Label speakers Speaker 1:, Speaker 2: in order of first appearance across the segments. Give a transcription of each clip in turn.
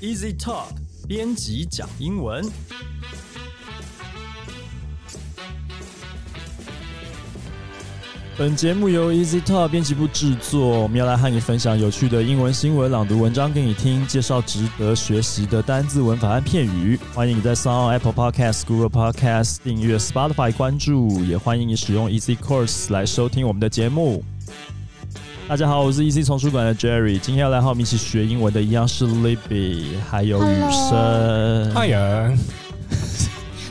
Speaker 1: Easy Top 编辑讲英文。本节目由 Easy Top 编辑部制作，我们要来和你分享有趣的英文新闻，朗读文章给你听，介绍值得学习的单字、文法和片语。欢迎你在 s o n Apple Podcast、Google Podcast 订阅 Spotify 关注，也欢迎你使用 Easy Course 来收听我们的节目。大家好，我是 EC 丛书馆的 Jerry，今天要来和我们一起学英文的一样是 Libby，还有雨生。
Speaker 2: 哎呀，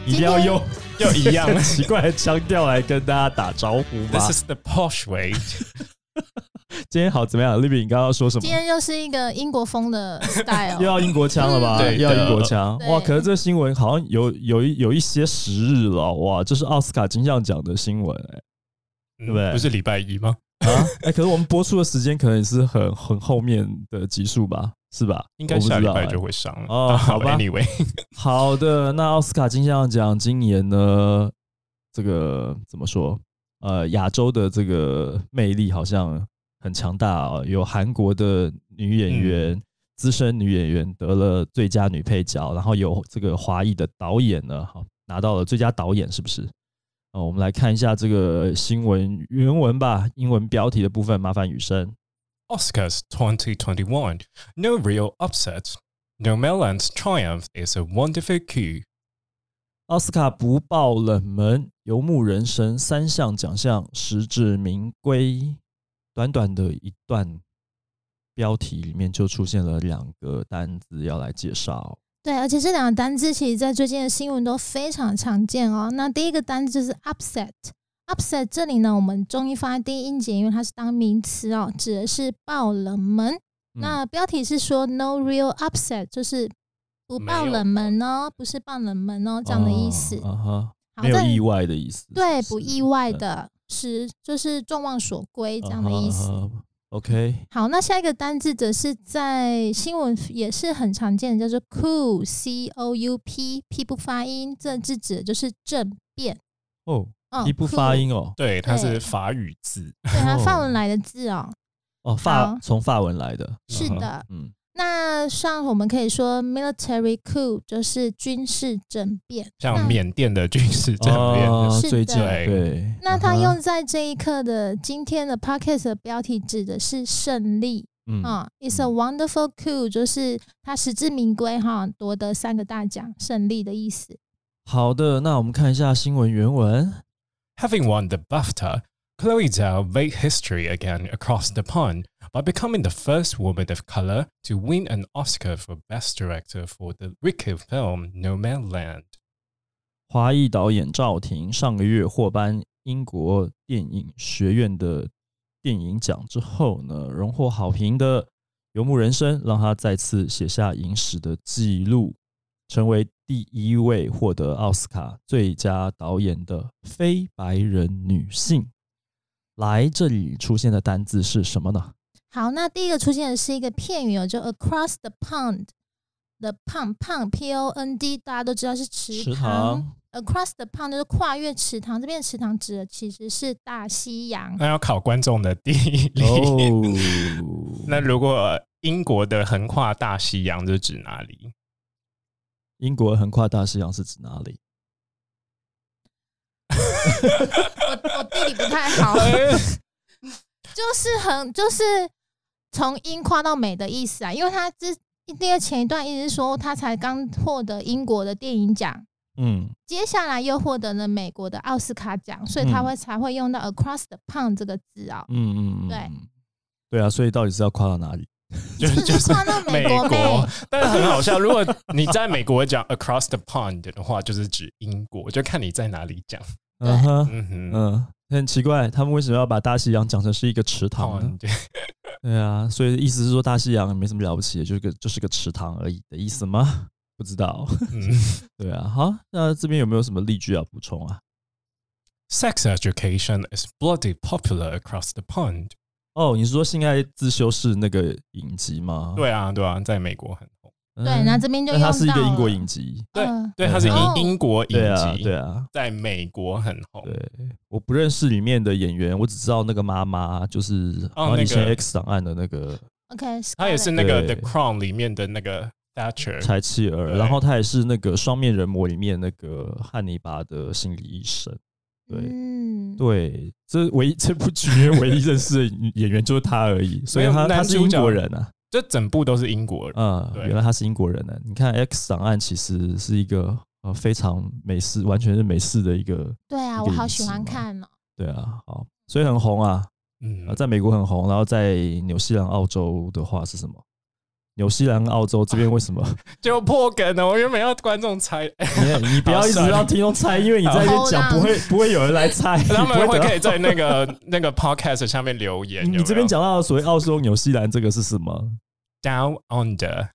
Speaker 1: 一定要用。
Speaker 2: 又一样
Speaker 1: 奇怪的腔调来跟大家打招呼吧
Speaker 2: This。is the posh way。
Speaker 1: 今天好怎么样，Libby？你刚刚说什么
Speaker 3: 今？天又是一个英国 风的
Speaker 1: 又
Speaker 3: style，
Speaker 1: 要英国腔了吧？
Speaker 2: 对呃
Speaker 1: 又要英国腔。
Speaker 3: 对
Speaker 1: 哇，可是这新闻好像有有一有一些时日了。哇，这是奥斯卡金像奖的新闻哎、
Speaker 2: 对
Speaker 1: 不对
Speaker 2: 不是礼拜一吗？
Speaker 1: 啊！哎、可是我们播出的时间可能也是很很后面的集数吧，是吧？
Speaker 2: 应该下礼
Speaker 1: 我不知
Speaker 2: 拜
Speaker 1: 道哎
Speaker 2: 就会上了。
Speaker 1: 哦
Speaker 2: 但
Speaker 1: 好吧
Speaker 2: ，Anyway，
Speaker 1: 好的，那奥斯卡金像奖今年呢，这个怎么说？呃，亚洲的这个魅力好像很强大哦，有韩国的女演员，资、深女演员得了最佳女配角，然后有这个华裔的导演呢，好拿到了最佳导演，是不是？呃，我们来看一下这个新闻原文吧，英文标题的部分，麻烦雨生。
Speaker 2: Oscars 2021. No real upset. No Melon's triumph is a wonderful cue.
Speaker 1: 奥斯卡不爆冷门，游牧人生三项奖项实至名归。短短的一段标题里面就出现了两个单字要来介绍。
Speaker 3: 对，而且这两个单字其实在最近的新闻都非常常见哦。那第一个单字就是 upset。upset 这里呢，我们中音发第一音节，因为它是当名词哦，指的是爆冷门。
Speaker 1: 嗯
Speaker 3: 那标题是说 no real upset，就是不爆冷门哦，不是爆冷门哦，这样的意思。
Speaker 1: 啊哈，
Speaker 3: 好，
Speaker 1: 没有
Speaker 3: 再
Speaker 1: 意外的意思。
Speaker 3: 对，
Speaker 1: 是
Speaker 3: 不意外的，是就是众望所归这样的意思。
Speaker 1: 啊哈啊哈 OK，
Speaker 3: 好，那下一个单字则是在新闻也是很常见的，叫做 coup，c o u p p 不发音，这字指的就是政变。
Speaker 1: 哦，
Speaker 3: 嗯
Speaker 1: 一不发，音哦，
Speaker 2: 对，它是法语字。
Speaker 3: coup，对，它
Speaker 1: 哦
Speaker 3: 范文来的字哦。
Speaker 1: 哦，法
Speaker 3: 好
Speaker 1: 从法文来的。
Speaker 3: 是
Speaker 2: 嗯哼
Speaker 3: 的，
Speaker 1: 嗯，
Speaker 3: 那像我们可以说 military coup 就是军事政变。
Speaker 2: 像
Speaker 3: 那
Speaker 2: 缅甸的军事政变，
Speaker 1: 啊
Speaker 3: 是的
Speaker 1: 最近
Speaker 2: 对
Speaker 1: 对，
Speaker 3: 那它
Speaker 1: 啊哈
Speaker 3: 用在这一刻的今天的 podcast 的标题指的是胜利
Speaker 1: 嗯
Speaker 3: 啊、i t s a wonderful coup，就是它实至名归哈，夺得三个大奖，胜利的意思。
Speaker 1: 好的，那我们看一下新闻原文。
Speaker 2: Having won the BAFTA, Chloe Zhao made history again across the pond by becoming the first woman of color to win an Oscar for Best Director for the Ricky film No Man Land.
Speaker 1: 华裔导演赵婷上个月获颁英国电影学院的电影奖之后呢，荣获好评的《游牧人生》让他再次写下影史的记录，成为第一位获得奥斯卡最佳导演的非白人女性。来这里出现的单字是什么呢？
Speaker 3: 好，那第一个出现的是一个片语哦，就 across the pond，the pond pond p o n d，大家都知道是池塘。across the pond 就是跨越池塘，这边池塘指的其实是大西洋。
Speaker 2: 那要考观众的地理。
Speaker 1: 哦，
Speaker 2: 那如果英国的横跨大西洋，就指哪 里？
Speaker 1: 英国横跨大西洋是指哪里？
Speaker 3: 我我地理不太好，就是很就是从英跨到美的意思啊，因为他之那个前一段一直说他才刚获得英国的电影奖，
Speaker 1: 嗯，
Speaker 3: 接下来又获得了美国的奥斯卡奖，所以他会才会用到 across the pond 这个字啊、
Speaker 1: 嗯嗯，嗯
Speaker 3: 对
Speaker 1: 嗯对啊，所以到底是要跨到哪里？
Speaker 2: 就
Speaker 3: 就是跨到美国妹。
Speaker 1: 嗯
Speaker 2: 但是很好笑。如果你在美国讲 across the pond 的话，就是指英国，就看你在哪里讲。
Speaker 3: 对
Speaker 1: 嗯哼，
Speaker 2: 嗯哼
Speaker 1: 嗯，很奇怪，他们为什么要把大西洋讲成是一个池塘呢？
Speaker 2: ，pond
Speaker 1: 对啊，所以意思是说大西洋没什么了不起的，就是个就是个池塘而已的意思吗？ 不知道。
Speaker 2: 嗯。
Speaker 1: 对啊，好，那这边有没有什么例句要补充啊？
Speaker 2: Sex education is bloody popular across the pond。
Speaker 1: 哦，你是说性爱自修室那个影集吗？
Speaker 2: 对啊，对啊，在美国很红。
Speaker 1: 嗯，
Speaker 3: 对，那这边就
Speaker 1: 那
Speaker 3: 用到
Speaker 1: 它是一个英国
Speaker 3: 了
Speaker 1: 影集。
Speaker 2: 对
Speaker 3: 嗯
Speaker 2: 对，它是英、
Speaker 3: 哦
Speaker 2: 英国影集，
Speaker 1: 对啊，对啊，
Speaker 2: 在美国很红。
Speaker 1: 对，我不认识里面的演员，我只知道那个妈妈，就是
Speaker 2: 哦
Speaker 1: 好像以前
Speaker 2: 那个
Speaker 1: X 档案的那个，
Speaker 3: OK，
Speaker 2: 它也是
Speaker 3: Scarlett
Speaker 2: 那个《
Speaker 1: 对
Speaker 2: The Crown》里面的那个 Thatcher，
Speaker 1: 柴契尔，
Speaker 2: 对
Speaker 1: 然后他也是那个双面人魔里面那个汉尼拔的心理医生。对、
Speaker 3: 嗯，
Speaker 1: 对，这唯一 这部剧里面唯一认识的演员就是他而 已，所以
Speaker 2: 没有
Speaker 1: 他他
Speaker 2: 男
Speaker 1: 是
Speaker 2: 主
Speaker 1: 英
Speaker 2: 角
Speaker 1: 国人啊。
Speaker 2: 这整部都是英国人。
Speaker 1: 嗯，
Speaker 2: 对
Speaker 1: 原来他是英国人呢、啊你看《X 档案》其实是一个呃非常美式，完全是美式的一个，
Speaker 3: 对啊，
Speaker 1: 一
Speaker 3: 我
Speaker 1: 个
Speaker 3: 好
Speaker 1: 影
Speaker 3: 喜
Speaker 1: 集
Speaker 3: 欢
Speaker 1: 嘛
Speaker 3: 看哦。
Speaker 1: 对啊，好，所以很红啊，
Speaker 2: 嗯
Speaker 1: 啊，，在美国很红，然后在纽西兰、澳洲的话是什么？纽西兰、澳洲这边为什么？
Speaker 2: 就破梗了。我原本要观 众猜，
Speaker 1: 你你不要一直让听众猜，因为你在那边讲，不会不会有人来猜， 你
Speaker 2: 他
Speaker 1: 不
Speaker 2: 们
Speaker 1: 会
Speaker 2: 会
Speaker 1: 得到
Speaker 2: 可以在那个 那个 podcast 下面留言。
Speaker 1: 你
Speaker 2: 有没有
Speaker 1: 你这边讲到所谓澳洲、纽西兰这个是什么？
Speaker 2: down under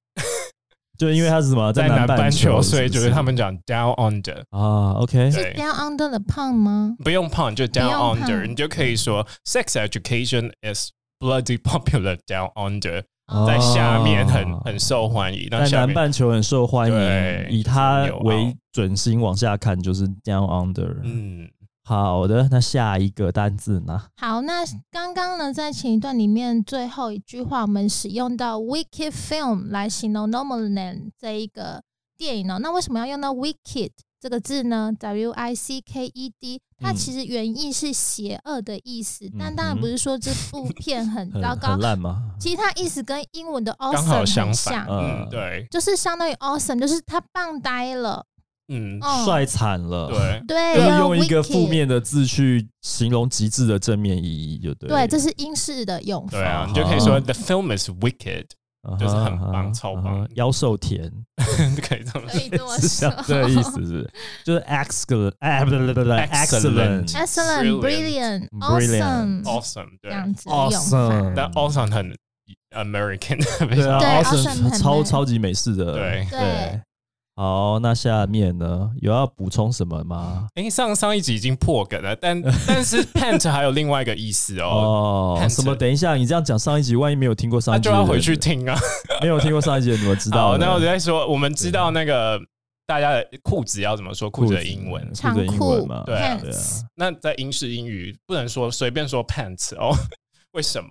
Speaker 1: 就是因为它是什么
Speaker 2: 在
Speaker 1: 南
Speaker 2: 南半球，
Speaker 1: 球，
Speaker 2: 所以
Speaker 1: 不
Speaker 2: 就是他们讲 down under，
Speaker 1: 啊，OK，
Speaker 3: 是
Speaker 2: 对
Speaker 3: Down Under 的胖吗？
Speaker 2: 不用胖就
Speaker 3: 用
Speaker 2: down
Speaker 3: 胖
Speaker 2: under，你就可以说 sex education is bloody popular down under，
Speaker 1: 哦
Speaker 2: 在下面很
Speaker 1: 哦
Speaker 2: 很受欢迎。那
Speaker 1: 在
Speaker 2: 下
Speaker 1: 南
Speaker 2: 面
Speaker 1: 半球很受欢
Speaker 2: 对
Speaker 1: 迎，以它
Speaker 2: 就是纽澳
Speaker 1: 为准心往下看就是 down under。
Speaker 2: 嗯，
Speaker 1: 好的，那下一个单字呢？
Speaker 3: 好，那刚刚呢，在前一段里面最后一句话，我们使用到 wicked film 来形容 Nomadland 这一个电影哦。那为什么要用到 wicked 这个字呢？W I C K E D，它
Speaker 1: 嗯
Speaker 3: 其实原意是邪恶的意思，但当
Speaker 1: 嗯
Speaker 3: 然
Speaker 1: 哼
Speaker 3: 不是说这部片很
Speaker 1: 很
Speaker 3: 糟糕
Speaker 1: 很，烂吗？
Speaker 3: 其实它意思跟英文的
Speaker 2: 刚好
Speaker 3: awesome
Speaker 2: 相
Speaker 3: 很
Speaker 2: 反。
Speaker 3: 像，
Speaker 2: 嗯
Speaker 1: 哦嗯，
Speaker 2: 对，
Speaker 3: 就是相当于 awesome，就是他棒呆了，
Speaker 2: 嗯，
Speaker 3: 嗯，
Speaker 1: 帅惨了，，
Speaker 2: 对。
Speaker 3: 对，
Speaker 1: 嗯
Speaker 3: 啊
Speaker 1: 就是
Speaker 3: 要
Speaker 1: 用一个
Speaker 3: wicked
Speaker 1: 负面的字去形容极致的正面意义，就对。
Speaker 3: 对，这是英式的用法。
Speaker 2: 对啊，
Speaker 1: 好
Speaker 2: 你就可以说
Speaker 1: 好
Speaker 2: The film is wicked，
Speaker 1: 啊哈
Speaker 2: 就是很棒
Speaker 1: 啊哈
Speaker 2: 超
Speaker 1: 啊
Speaker 2: 棒
Speaker 1: 哈妖兽甜，
Speaker 2: 就可以这么
Speaker 3: 可
Speaker 2: 说。
Speaker 3: 以这么
Speaker 1: 是这
Speaker 3: 说
Speaker 1: 样。这个意思是不是，就是 excellent，哎，不对不对不对
Speaker 2: Excellent
Speaker 1: ，excellent，
Speaker 3: Excellent,
Speaker 2: Brilliant
Speaker 1: Brilliant
Speaker 3: brilliant, awesome，
Speaker 2: Awesome，
Speaker 3: 这
Speaker 2: 对，
Speaker 3: 样子的用法。
Speaker 1: awesome，
Speaker 2: 但 awesome 很 American，
Speaker 1: 对啊
Speaker 3: 呃对
Speaker 1: ，awesome，
Speaker 3: awesome
Speaker 1: 超
Speaker 3: 很
Speaker 1: 超级美式的，
Speaker 2: 对
Speaker 1: 对。好，那下面呢，有要补充什么吗？
Speaker 2: 哎，上上一集已经破梗了， 但但是 pant 还有另外一个意思哦，
Speaker 1: 哦，什么？
Speaker 2: Handsome
Speaker 1: 等一下，你这样讲上一集，万一没有听过上
Speaker 2: 那
Speaker 1: 一集
Speaker 2: 就
Speaker 1: 的人，
Speaker 2: 要回去听啊。
Speaker 1: 没有听过上一集的，你们知道
Speaker 2: 好，
Speaker 1: 呢？
Speaker 2: 那我再说，我们知道那个大家的裤子要怎么说，裤子的嗯英文。
Speaker 1: 裤子的英文嘛，
Speaker 2: 对
Speaker 3: 啊
Speaker 1: 对啊，
Speaker 2: 那在英式英语不能说随便说 pants 哦，为什么？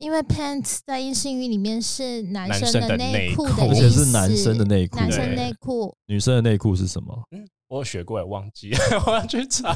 Speaker 3: 因为 pants 在英式英语里面是男
Speaker 2: 男
Speaker 3: 生
Speaker 2: 生的内
Speaker 3: 内
Speaker 2: 裤
Speaker 3: 裤
Speaker 1: 而
Speaker 3: 意思，
Speaker 1: 且是男生的内裤，
Speaker 3: 男生
Speaker 2: 对
Speaker 3: 内裤。
Speaker 1: 女生的内裤是什么？
Speaker 2: 我有学过，也忘记， 我要去查。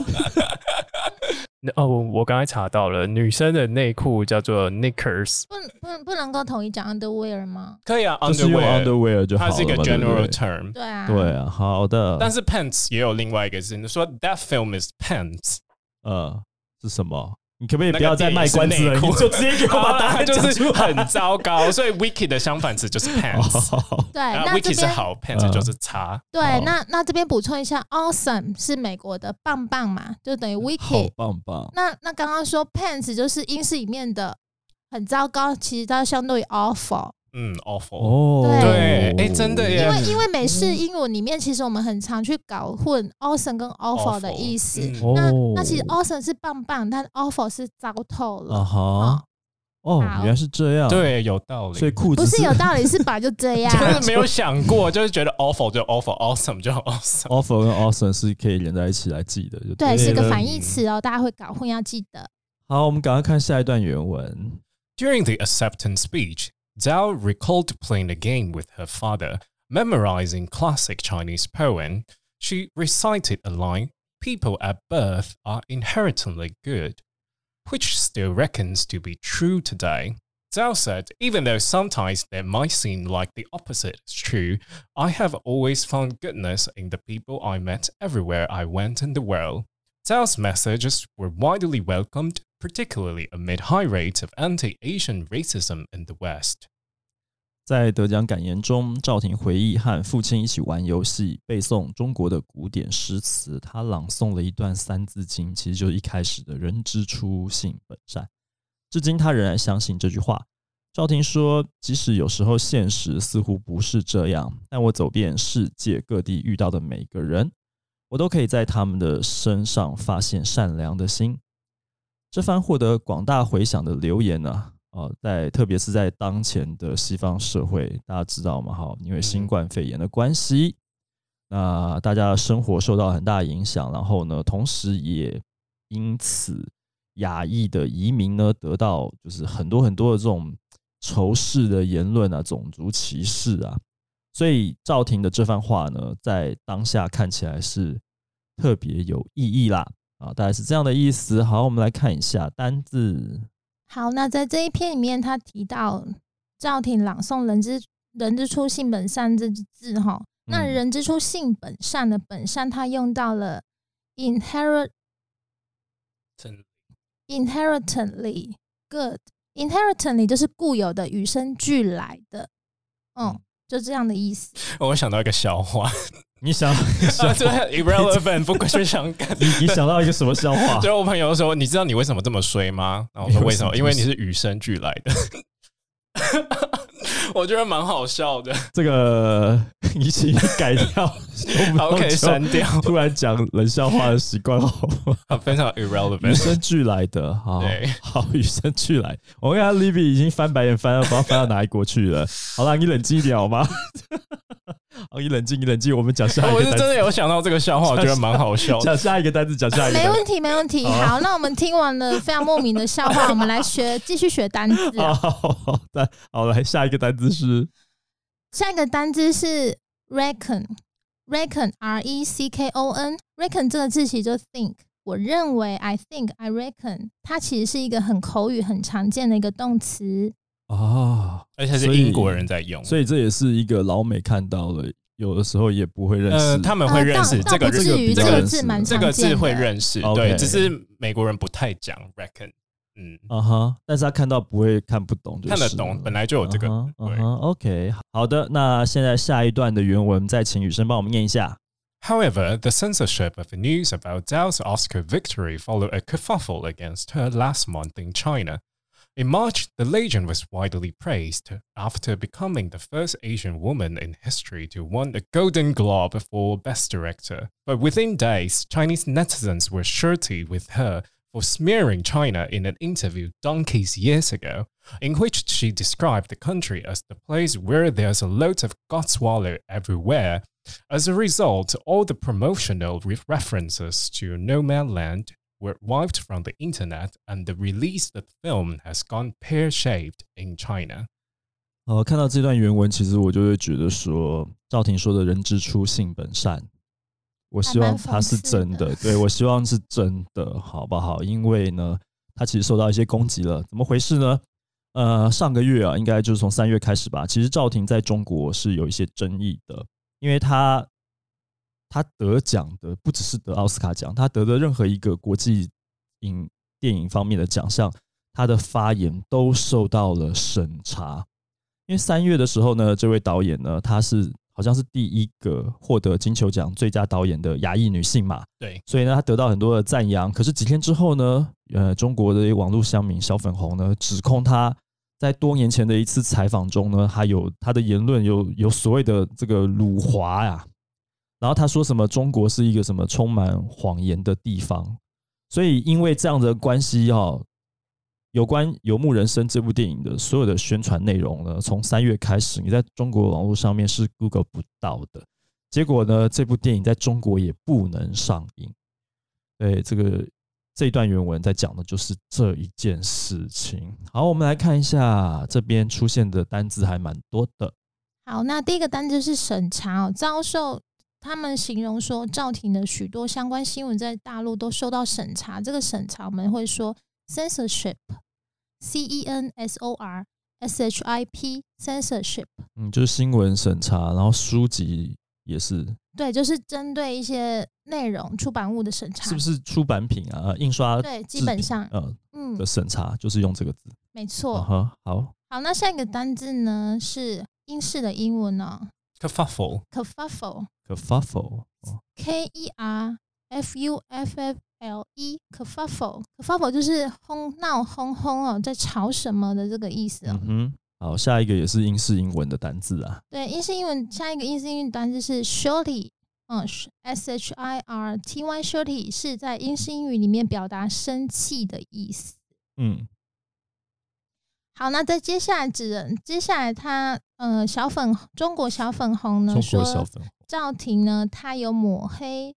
Speaker 2: 哦，我我刚才查到了，女生的内裤叫做 knickers，
Speaker 3: 不不不能够统一讲 underwear 吗？
Speaker 2: 可以啊
Speaker 1: 就是用 underwear 就好
Speaker 2: 它
Speaker 1: 了
Speaker 2: 是一个
Speaker 1: 嘛对不
Speaker 2: general
Speaker 1: 对
Speaker 2: term。
Speaker 3: 对啊，
Speaker 1: 对啊，好的。
Speaker 2: 但
Speaker 1: 是
Speaker 2: 是 pants 也有另外一个字，你说 that film is pants，
Speaker 1: 呃，是什么？你可不可以
Speaker 2: 那个
Speaker 1: 不要再卖关子了？
Speaker 2: 电影是内
Speaker 1: 你
Speaker 2: 裤
Speaker 1: 就直接给我把答
Speaker 2: 它
Speaker 1: 案
Speaker 2: 就
Speaker 1: 讲
Speaker 2: 是
Speaker 1: 出来。
Speaker 2: 很糟糕，所以 wicked 的相反词就是 pants，
Speaker 1: 哦嗯
Speaker 3: 对，
Speaker 2: 然
Speaker 3: 哎那
Speaker 2: 后
Speaker 3: 这
Speaker 2: wicked 是
Speaker 3: 边
Speaker 2: 好，pants 就是差。
Speaker 3: 对，那那这边补充一下，awesome 是美国的棒棒嘛，就等于
Speaker 1: 好
Speaker 3: wicked。
Speaker 1: 棒棒！
Speaker 3: 那那刚刚说 pants 就是英式里面的很糟糕，其实它相对于 awful。
Speaker 2: 嗯，awful。
Speaker 1: 哦，
Speaker 2: 对哎真的耶
Speaker 3: 因为因为美式英文里面，其实我们很常去搞混 awesome 跟 awful 的意思。
Speaker 2: 嗯
Speaker 1: 哦
Speaker 3: 那那其实 awesome 是棒棒，但 awful 是糟
Speaker 1: 啊
Speaker 3: 透了。
Speaker 1: 哈，哦，
Speaker 3: 好
Speaker 1: 原来是这样。，
Speaker 2: 对，有道理。
Speaker 1: 所以裤
Speaker 3: 不
Speaker 1: 子
Speaker 3: 是有道理，是吧？就这 样。
Speaker 2: 就是没有想过，就是觉得 awful 就 awful，awesome 就 awesome。
Speaker 1: offer 跟 awesome 是可以连在一起来记的，就
Speaker 3: 对，是
Speaker 1: 了
Speaker 3: 个反义词哦，大家会搞混，要记得。
Speaker 1: 好，我们赶快看下一段原文。
Speaker 2: During the acceptance speech, Zhao recalled playing a game with her father, memorizing classic Chinese poem. She recited a line, people at birth are inherently good, which still reckons to be true today. Zhao said, even though sometimes that might seem like the opposite is true, I have always found goodness in the people I met everywhere I went in the world. Zhao's messages were widely welcomed, particularly amid high rates of anti Asian racism in the West.
Speaker 1: 在得奖感言中，赵婷回忆和父亲一起玩游戏，背诵中国的古典诗词。他朗诵了一段《三字经》，其实就是一开始的“人之初，性本善”。至今，他仍然相信这句话。赵婷说：“即使有时候现实似乎不是这样，但我走遍世界各地遇到的每个人，我都可以在他们的身上发现善良的心。”这番获得广大回响的留言呢、呃，在特别是在当前的西方社会，大家知道嘛？哈，因为新冠肺炎的关系，那大家的生活受到很大影响，然后呢，同时也因此亚裔的移民呢，得到就是很多很多的这种仇视的言论啊，种族歧视啊，所以赵婷的这番话呢，在当下看起来是特别有意义啦，啊，大概是这样的意思。好，我们来看一下单字，
Speaker 3: 好，那在这一篇里面，他提到赵挺朗诵“人之人之初，性本善”这句字哈。那“
Speaker 1: 嗯
Speaker 3: 人之初，性本善”的“本善”，他用到了 inherit inherently good inherently 就是固有的、与生俱来的，嗯
Speaker 1: 嗯，
Speaker 3: 就这样的意思。
Speaker 2: 我想到一个笑 话，
Speaker 1: 你想，你想
Speaker 2: 对 irrelevant，不过是想干。
Speaker 1: 你你想到一个什么笑话
Speaker 2: 就？是我朋友说：“你知道你为什么这么衰吗？”然后我说：“
Speaker 1: 你
Speaker 2: 为
Speaker 1: 为
Speaker 2: 什
Speaker 1: 什
Speaker 2: 么？
Speaker 1: 么
Speaker 2: 因为你是与生俱来的。” 我觉得蛮好笑 的，
Speaker 1: 这个一起改 掉
Speaker 2: 好可以删 掉，
Speaker 1: 突然讲冷笑话的习惯好吗？
Speaker 2: 非常
Speaker 1: 与
Speaker 2: irrelevant。
Speaker 1: 生俱来的，好
Speaker 2: 对
Speaker 1: 好与生俱来。我看到 Libby 已经翻白眼翻到不知道翻到哪一国去了。好啦，你冷静一点好吗？好，你冷静，你冷静，我们讲下一
Speaker 2: 我
Speaker 1: 个
Speaker 2: 是
Speaker 1: 单
Speaker 2: 真
Speaker 1: 词，
Speaker 2: 的有想到这个笑话，我觉得蛮好笑的。
Speaker 1: 讲下一个单词，讲下一个
Speaker 3: 没
Speaker 1: 单
Speaker 3: 问题，没问题。
Speaker 1: 好啊
Speaker 3: 好，那我们听完了非常莫名的笑话，我们来学，继续学单字
Speaker 1: 词。
Speaker 3: 啊、
Speaker 1: 好好好好，再好来下一个单词是
Speaker 3: 下一个单字是 reckon，reckon r e c k o n，reckon 这个字其实就 think，我认为 I think I reckon，它其实是一个很口语、很常见的一个动词。
Speaker 1: 啊，
Speaker 2: 而且是
Speaker 1: 所以
Speaker 2: 英国人在用，
Speaker 1: 所以这也是一个老美看到了，有的时候也不会认识。
Speaker 2: 呃，他们会
Speaker 3: 呃
Speaker 2: 认识
Speaker 3: 倒倒
Speaker 2: 这个
Speaker 3: 不
Speaker 2: 人，
Speaker 3: 至
Speaker 1: 这
Speaker 3: 于，这
Speaker 1: 个
Speaker 3: 个
Speaker 1: 人
Speaker 3: 字蛮
Speaker 2: 这
Speaker 3: 常
Speaker 2: 个
Speaker 3: 见
Speaker 2: 字
Speaker 3: 的。
Speaker 2: 会认识，
Speaker 1: OK
Speaker 2: 对，只是美国人不太讲 reckon，嗯，
Speaker 1: 啊哈，但是他看到不会看不懂就是了，
Speaker 2: 看得懂，本来就有这个，
Speaker 1: 嗯哼
Speaker 2: 对
Speaker 1: 嗯哼 OK，好的，那现在下一段的原文，再请雨生帮我们念一下。
Speaker 2: However, the censorship of the news about Zhao's Oscar victory followed a kerfuffle against her last month in China. In March, the legend was widely praised after becoming the first Asian woman in history to win a Golden Globe for Best Director. But within days, Chinese netizens were shirty with her for smearing China in an interview donkeys years ago, in which she described the country as the place where there's a lot of godswallow everywhere as a result, all the promotional re- references to No Man Land were wiped from the internet, and the release of the film has gone pear shaped in China.
Speaker 1: 呃，看到这段原文，其实我就会觉得说，赵婷说的“人之初，性本善”，我希望他是真
Speaker 3: 还蛮
Speaker 1: 的，对我希望是真的，好不好？因为呢，他其实受到一些攻击了，怎么回事呢？呃，上个月啊，应该就是从三月开始吧。其实赵婷在中国是有一些争议的，因为他他得奖的不只是得奥斯卡奖，他得的任何一个国际影电影方面的奖项，他的发言都受到了审查。因为三月的时候呢，这位导演呢，她是好像是第一个获得金球奖最佳导演的亚裔女性嘛，
Speaker 2: 对，
Speaker 1: 所以呢，她得到很多的赞扬。可是几天之后呢，呃，中国的一个网络乡民小粉红呢，指控她在多年前的一次采访中呢，她有她的言论有有所谓的这个辱华呀、然后她说什么中国是一个什么充满谎言的地方，所以因为这样的关系哦，有关《游牧人生》这部电影的所有的宣传内容呢，从三月开始，你在中国网络上面是 Google 不到的。结果呢，这部电影在中国也不能上映。对，这个这一段原文在讲的就是这一件事情。好，我们来看一下这边出现的单字还蛮多的。
Speaker 3: 好，那第一个单字是审查哦，遭受他们形容说，赵婷的许多相关新闻在大陆都受到审查。这个审查我们会说 censorship，c e n s o r s h i p censorship，
Speaker 1: 嗯，就是新闻审查，然后书籍也是，
Speaker 3: 对，就是针对一些内容、出版物的审查，
Speaker 1: 是不是出版品啊？呃印刷
Speaker 3: 对，基
Speaker 1: 制
Speaker 3: 本
Speaker 1: 品
Speaker 3: 上，
Speaker 1: 呃
Speaker 3: 嗯
Speaker 1: 的，审查就是用这个字。
Speaker 3: 没
Speaker 1: 啊
Speaker 3: 错。
Speaker 1: 哈，好，
Speaker 3: 好，那下一个单字呢是英式的英文哦
Speaker 2: Kerfuffle.
Speaker 3: ，kerfuffle。
Speaker 1: 可 fuffle。哦
Speaker 3: K E R F U F F L E kerfuffle，kerfuffle 就是轰闹、轰轰哦，在吵什么的这个意思哦。
Speaker 1: 嗯哼，好，下一个也是英式英文的单字啊。
Speaker 3: 对，英式英文下一个英式英文单词是 shirty，嗯，S H I R T Y shirty 是在英式英语里面表达生气的意思。
Speaker 1: 嗯，
Speaker 3: 好，那在接下来指人，接下来他呃小粉中国小粉红呢
Speaker 1: 中
Speaker 3: 说
Speaker 1: 国小粉红
Speaker 3: 赵婷呢，她有抹黑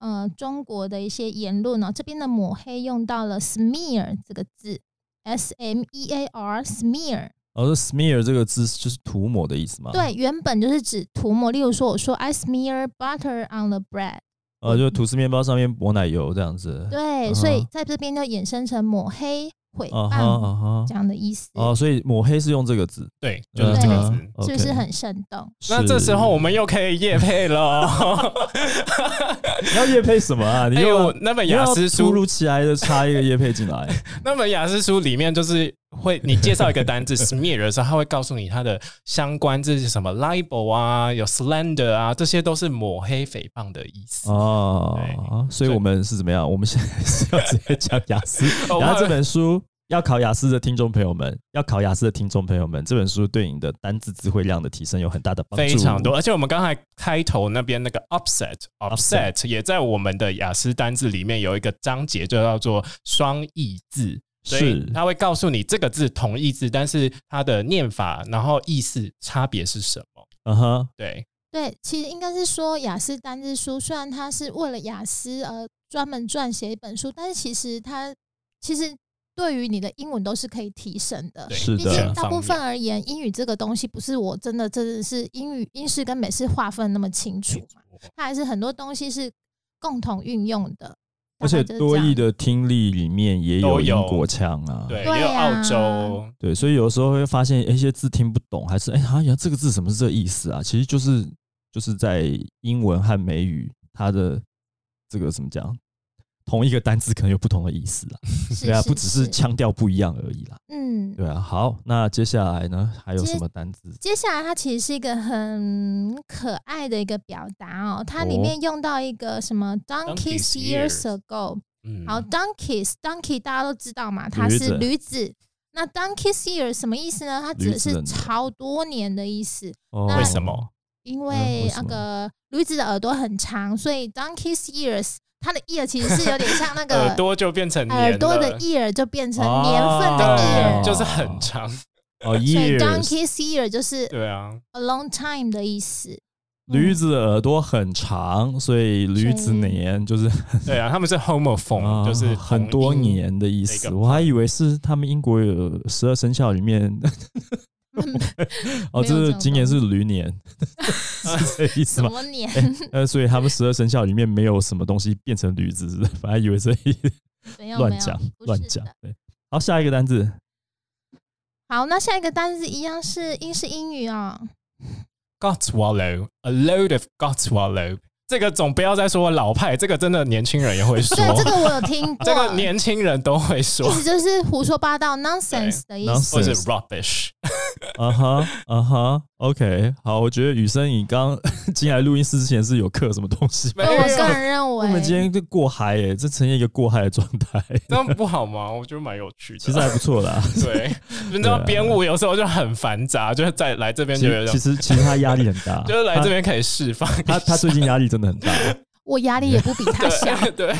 Speaker 3: 呃中国的一些言论哦。这边的抹黑用到了 smear 这个字，s m e a r smear。
Speaker 1: 哦，是 smear 这个字就是涂抹的意思吗？
Speaker 3: 对，，原本就是指涂抹，例如说我说 I smear butter on the bread，
Speaker 1: 呃，就吐司面包上面抹奶油这样子。
Speaker 3: 对
Speaker 1: 嗯哼
Speaker 3: 所以在这边就衍生成抹黑、毁
Speaker 1: 啊哈
Speaker 3: 谤、
Speaker 1: 啊
Speaker 3: 这
Speaker 1: 哈。
Speaker 3: 样的意思，
Speaker 1: 哦，所以抹黑是用这个字，
Speaker 2: 对，就是这个字。
Speaker 1: 嗯
Speaker 3: 是不是很生动？
Speaker 1: OK
Speaker 2: 那这时候我们又可以夜配了。
Speaker 1: 是你要叶配什么啊？ 你
Speaker 2: 因为
Speaker 1: 又
Speaker 2: 我哎那本
Speaker 1: 你
Speaker 2: 雅
Speaker 1: 要
Speaker 2: 思
Speaker 1: 突
Speaker 2: 书，
Speaker 1: 如其来的插一个叶配进来，
Speaker 2: 那本雅思书里面就是会你介绍一个单字 smear 的时候，它会告诉你它的相关这是什么 libel 啊，有 slander 啊，这些都是抹黑、诽谤的意思。。
Speaker 1: 哦，所以我们是怎么样？我们现在是要直接讲雅思
Speaker 2: 哦
Speaker 1: 然后这本书要考雅思的听众朋友们，要考雅思的听众朋友们，这本书对你的单字词汇量的提升有很大的帮助。
Speaker 2: 非常多，而且我们刚才开头那边那个 upset upset 也在我们的雅思单字里面有一个章节，就叫做双义字，所以
Speaker 1: 是
Speaker 2: 它会告诉你这个字同义字，但是它的念法，然后意思差别是什么。
Speaker 1: 嗯哼，
Speaker 2: 对，
Speaker 3: 对，其实应该是说雅思单字书，虽然它是为了雅思而专门撰写一本书，但是其实它其实对于你的英文都是可以提升的。
Speaker 2: 对
Speaker 1: 是
Speaker 3: 毕竟
Speaker 1: 的
Speaker 2: 全，
Speaker 3: 大部
Speaker 2: 方
Speaker 3: 分
Speaker 2: 面
Speaker 3: 而言，英语这个东西不是我真的真的是英语英式跟美式划分那么清楚嘛，它还是很多东西是共同运用的。
Speaker 1: 而且多
Speaker 3: 义
Speaker 1: 义的听力里面也有
Speaker 2: 都有
Speaker 1: 英国腔啊。
Speaker 2: 对，
Speaker 3: 对
Speaker 2: 也有澳
Speaker 3: 啊
Speaker 2: 洲，
Speaker 1: 对，所以有时候会发现诶一些字听不懂，还是哎，好、像这个字什么是这意思啊？其实就是就是在英文和美语它的这个怎么讲，同一个单字可能有不同的意思啊。对啊，不只是腔调不一样而已啦。
Speaker 3: 嗯。
Speaker 1: 对啊，好，那接下来呢，还有什么单字？
Speaker 3: 接下来，它其实是一个很可爱的一个表达哦，它里
Speaker 1: 哦
Speaker 3: 面用到一个什么 “donkeys years
Speaker 2: years
Speaker 3: ago”，
Speaker 2: 嗯，
Speaker 3: 好，donkeys donkey 大家都知道嘛，它
Speaker 1: 驴
Speaker 3: 是
Speaker 1: 子
Speaker 3: 驴子。那 donkeys years 什么意思呢？它指
Speaker 1: 驴
Speaker 3: 的
Speaker 1: 子的
Speaker 3: 是
Speaker 1: 年代
Speaker 3: 超多年的意思。
Speaker 1: 哦
Speaker 3: 那为
Speaker 2: 什么？
Speaker 3: 因
Speaker 1: 嗯为
Speaker 3: 为
Speaker 1: 什
Speaker 3: 那
Speaker 1: 么
Speaker 3: 个驴子的耳朵很长，所以 donkey's ears 它的 ear 其实是有点像 那个
Speaker 2: 耳朵就变成年
Speaker 3: 耳朵的
Speaker 2: 了
Speaker 3: ear 就变成年份的
Speaker 1: 哦
Speaker 3: ear，、
Speaker 2: 对，就是很长，
Speaker 1: 哦
Speaker 3: 所以
Speaker 1: ，years，
Speaker 3: donkey's ear 就是
Speaker 2: 对啊，
Speaker 3: a long time 的意思。
Speaker 1: 驴子的耳朵很长，所以驴子
Speaker 3: 所以
Speaker 1: 年就是
Speaker 2: 对啊，他们是 homophone，
Speaker 1: 啊
Speaker 2: 就是
Speaker 1: 很
Speaker 2: 同
Speaker 1: 多
Speaker 2: 音，
Speaker 1: 年的意
Speaker 2: 那
Speaker 1: 思。
Speaker 2: 个
Speaker 1: 我还以为是他们英国有十二生肖里面， 哦，
Speaker 3: 嗯没有这
Speaker 1: 这
Speaker 3: 种
Speaker 1: 今年是驴年， 是这意思
Speaker 3: 什
Speaker 1: 吗？
Speaker 3: 么年？
Speaker 1: 呃，所以他们十二生肖里面没有什么东西变成驴子，反正以为是
Speaker 3: 没有
Speaker 1: 乱
Speaker 3: 没有
Speaker 1: 讲
Speaker 3: 不
Speaker 1: 乱
Speaker 3: 是
Speaker 1: 讲
Speaker 3: 的。
Speaker 1: 对，好，下一个单字，
Speaker 3: 好，那下一个单词一样是英式英语哦。
Speaker 2: Gotswallow, a load of Gotswallow。这个总不要再说老派，这个真的年轻人也会 说，
Speaker 3: 对，这个我有听过。
Speaker 2: 这个年轻人都会 说
Speaker 3: 意，思就是胡说八道 nonsense 的意思。
Speaker 2: 或是 rubbish。
Speaker 1: 啊哈，啊哈，OK，好，我觉得雨生，你刚 进来录音室之前是有刻什么东西 吗？
Speaker 2: 没
Speaker 3: 所以
Speaker 2: 有
Speaker 3: 哦我个人认
Speaker 1: 我们今
Speaker 3: 为，
Speaker 1: 天就过嗨耶、这呈现一个过嗨的状态，
Speaker 2: 这样不好吗？我觉得蛮有趣的。
Speaker 1: 其实还不错 啦。
Speaker 2: 对， 你知道编舞有时候就很繁杂，就是在来这边
Speaker 1: 其
Speaker 2: 就有
Speaker 1: 实其
Speaker 2: 一种，
Speaker 1: 实其实他压力很大，
Speaker 2: 就是来这边可以释放一下。
Speaker 1: 他他他最近压力真的很大。
Speaker 3: 我压力也不比他小。
Speaker 2: 对 对，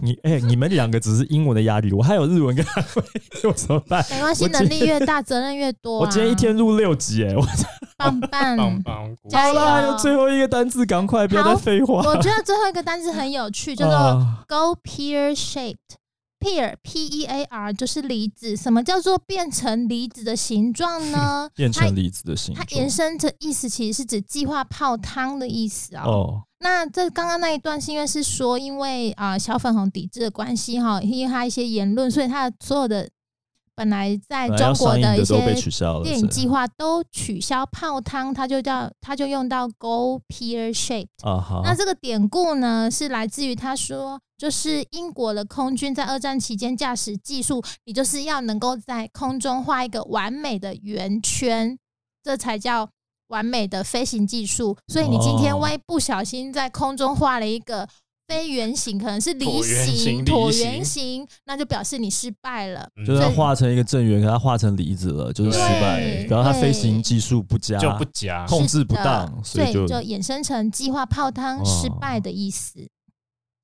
Speaker 1: 你哎、你们两个只是英文的压力，我还有日文跟韩文， 我怎么办？
Speaker 3: 没关系，
Speaker 1: 我今
Speaker 3: 能力越大，责任越多、
Speaker 1: 我
Speaker 3: 啊。
Speaker 1: 今天一天录六集哎、我
Speaker 3: 棒棒，
Speaker 2: 棒棒鼓。
Speaker 3: 加
Speaker 1: 好
Speaker 3: 油！
Speaker 1: 了，还有最后一个单字，赶快不要再废话。
Speaker 3: 我觉得最后一个单词很有趣，叫做
Speaker 1: 啊？
Speaker 3: go pear shaped。pear p e a r 就是离子，什么叫做变成离子的形状呢
Speaker 1: 变
Speaker 3: 它
Speaker 1: 成离子的形
Speaker 3: 它
Speaker 1: 状
Speaker 3: 延伸这意思其实是指计划泡汤的意思哦。
Speaker 1: 哦，
Speaker 3: 那这刚刚那一段是因为是说，因为啊、呃小粉红抵制的关系哈，因为他一些言论，所以他的所有的本来在
Speaker 1: 本来
Speaker 3: 中
Speaker 1: 要
Speaker 3: 国
Speaker 1: 哎上映
Speaker 3: 一
Speaker 1: 的都被
Speaker 3: 些
Speaker 1: 取消了，
Speaker 3: 电
Speaker 1: 是
Speaker 3: 影计划都取消泡汤，它就叫它就用到 go pear shape。
Speaker 1: 啊哈，
Speaker 3: 那这个典故呢，是来自于他说，就是英国的空军在二战期间驾驶技术，你就是要能够在空中画一个完美的圆圈，这才叫完美的飞行技术。所以你今天
Speaker 1: 哦
Speaker 3: 万一不小心在空中画了一个。非圆形可能是梨
Speaker 2: 椭圆形
Speaker 3: 形、
Speaker 2: 梨
Speaker 3: 椭
Speaker 2: 形
Speaker 3: 圆形，那就表示你失败了。
Speaker 2: 嗯
Speaker 1: 就是它画成一个正圆，可它画成离子了，就是失败
Speaker 3: 对。
Speaker 1: 然后它
Speaker 3: 对
Speaker 1: 飞行技术不佳，
Speaker 2: 就不夹。
Speaker 1: 控制
Speaker 3: 是
Speaker 1: 不
Speaker 3: 的
Speaker 1: 当，所
Speaker 3: 所
Speaker 1: 以
Speaker 3: 以
Speaker 1: 就
Speaker 3: 就衍生成计划泡汤失
Speaker 1: 哦
Speaker 3: 败的意思，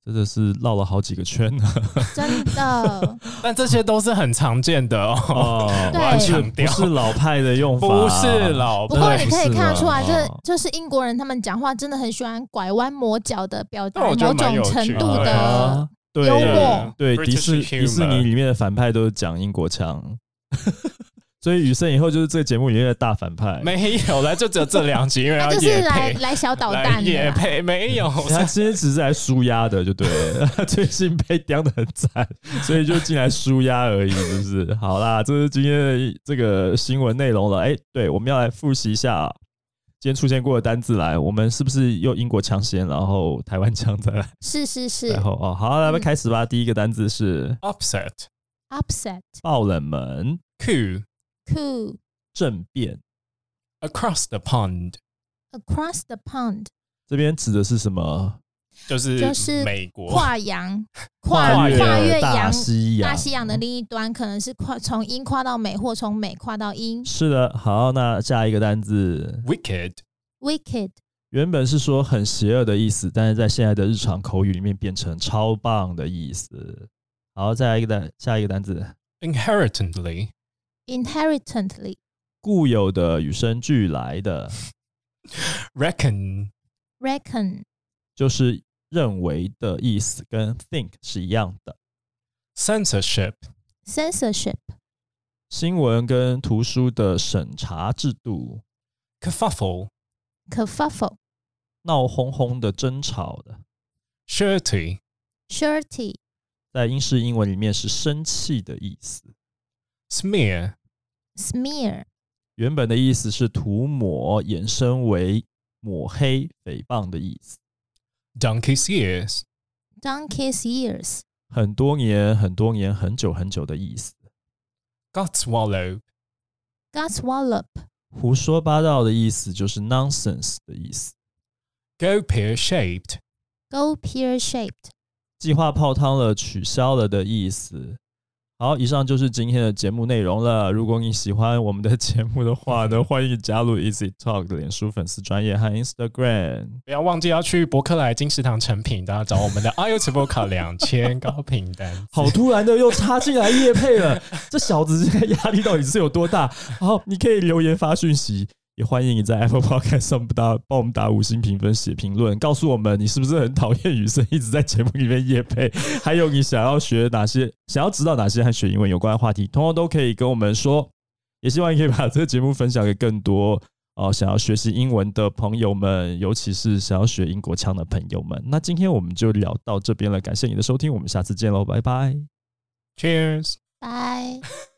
Speaker 1: 真的是绕了好几个圈啊呢。
Speaker 3: 真的
Speaker 2: 但这些都是很常见的 哦，
Speaker 1: 哦，
Speaker 3: 对
Speaker 1: 不是
Speaker 2: 强
Speaker 1: 不
Speaker 2: 调
Speaker 1: 是老派的用法，啊
Speaker 2: 不是老
Speaker 3: 不过你
Speaker 2: 派。
Speaker 3: 可以看得出来，
Speaker 1: 哦
Speaker 3: 这就是英国人他们讲话真的很喜欢拐弯抹角的表达
Speaker 2: 那我觉得
Speaker 3: 某
Speaker 2: 蛮有
Speaker 3: 种
Speaker 2: 趣
Speaker 3: 程
Speaker 2: 的
Speaker 3: 度
Speaker 2: 对
Speaker 3: 的
Speaker 1: 啊。对
Speaker 3: 幽默
Speaker 1: 对，迪士
Speaker 2: British humor
Speaker 1: 迪士尼里面的反派都是讲英国腔， 所以雨生以后就是这个节目里面的大反派。
Speaker 2: 没有了，就只有这两集，因为
Speaker 3: 他
Speaker 2: 要
Speaker 3: 就是
Speaker 2: 夜
Speaker 3: 来
Speaker 2: 配，
Speaker 3: 来小捣
Speaker 2: 来
Speaker 3: 蛋的
Speaker 2: 夜
Speaker 3: 啦。
Speaker 2: 配没有，
Speaker 3: 哦
Speaker 1: 他其实只是来舒压的，就对 了。他最近被刁的很惨，所以就进来舒压而已，是不是？好啦，这是今天的这个新闻内容了。哎、对，我们要来复习一下、今天出现过的单字来，我们是不是用英国腔先，然后台湾腔再来，
Speaker 3: 是是是
Speaker 1: 然后哦，好，来
Speaker 3: 嗯
Speaker 1: 开始吧。第一个单字是
Speaker 2: upset
Speaker 3: ，upset
Speaker 1: 爆冷门、
Speaker 2: coup
Speaker 3: cool
Speaker 1: 政变，
Speaker 2: across the pond
Speaker 3: across the pond
Speaker 1: 这边指的是什么？
Speaker 2: 就是
Speaker 3: 就是
Speaker 2: 美国
Speaker 3: 跨洋
Speaker 2: 跨
Speaker 3: 跨
Speaker 2: 越
Speaker 3: 跨越
Speaker 1: 大
Speaker 3: 洋
Speaker 1: 西洋，
Speaker 3: 大西洋的另一端，可能是跨从英跨到美，或从美跨到英。
Speaker 1: 是的，好，那下一个单字
Speaker 2: wicked
Speaker 3: wicked
Speaker 1: 原本是说很邪恶的意思，但是在现在的日常口语里面变成超棒的意思。好，再来一个单，下一个单字，
Speaker 2: inherently
Speaker 3: inherently
Speaker 1: 固有的、与生俱来的，
Speaker 2: reckon
Speaker 3: reckon
Speaker 1: 就是认为的意思，跟 think 是一样的。
Speaker 2: censorship
Speaker 3: censorship
Speaker 1: 新闻跟图书的审查制度，
Speaker 2: kerfuffle
Speaker 3: kerfuffle
Speaker 1: 闹哄哄的争吵的，
Speaker 2: surety
Speaker 3: surety
Speaker 1: 在英式英文里面是生气的意思。
Speaker 2: smear
Speaker 3: smear
Speaker 1: 原本的意思是涂抹，衍生为抹黑、诽谤的意思。
Speaker 2: donkey's ears
Speaker 3: donkey's ears
Speaker 1: 很多年、很多年、很久很久的意思。
Speaker 2: godswallow
Speaker 3: godswallop
Speaker 1: 胡说八道的意思就是 nonsense 的意思。
Speaker 2: go pear shaped
Speaker 3: go pear shaped
Speaker 1: 计划泡汤了，取消了的意思。好，以上就是今天的节目内容了。如果你喜欢我们的节目的话呢，欢迎加入 Easy Talk 的脸书粉丝专业和 Instagram。
Speaker 2: 不要忘记要去伯克莱金石堂成品，大家找我们的 iOS 博卡两千高频 单。
Speaker 1: 好突然的又插进来叶配了，这小子现在压力到底是有多大？好，你可以留言发讯息，也欢迎你在 Apple Podcast 上打帮我们打五星评分、写评论，告诉我们你是不是很讨厌雨生一直在节目里面叶配，还有你想要学哪些、想要知道哪些和学英文有关的话题，通通都可以跟我们说。也希望你可以把这个节目分享给更多哦、想要学习英文的朋友们，尤其是想要学英国腔的朋友们。那今天我们就聊到这边了，感谢你的收听，我们下次见喽，拜拜。
Speaker 2: Cheers。
Speaker 3: bye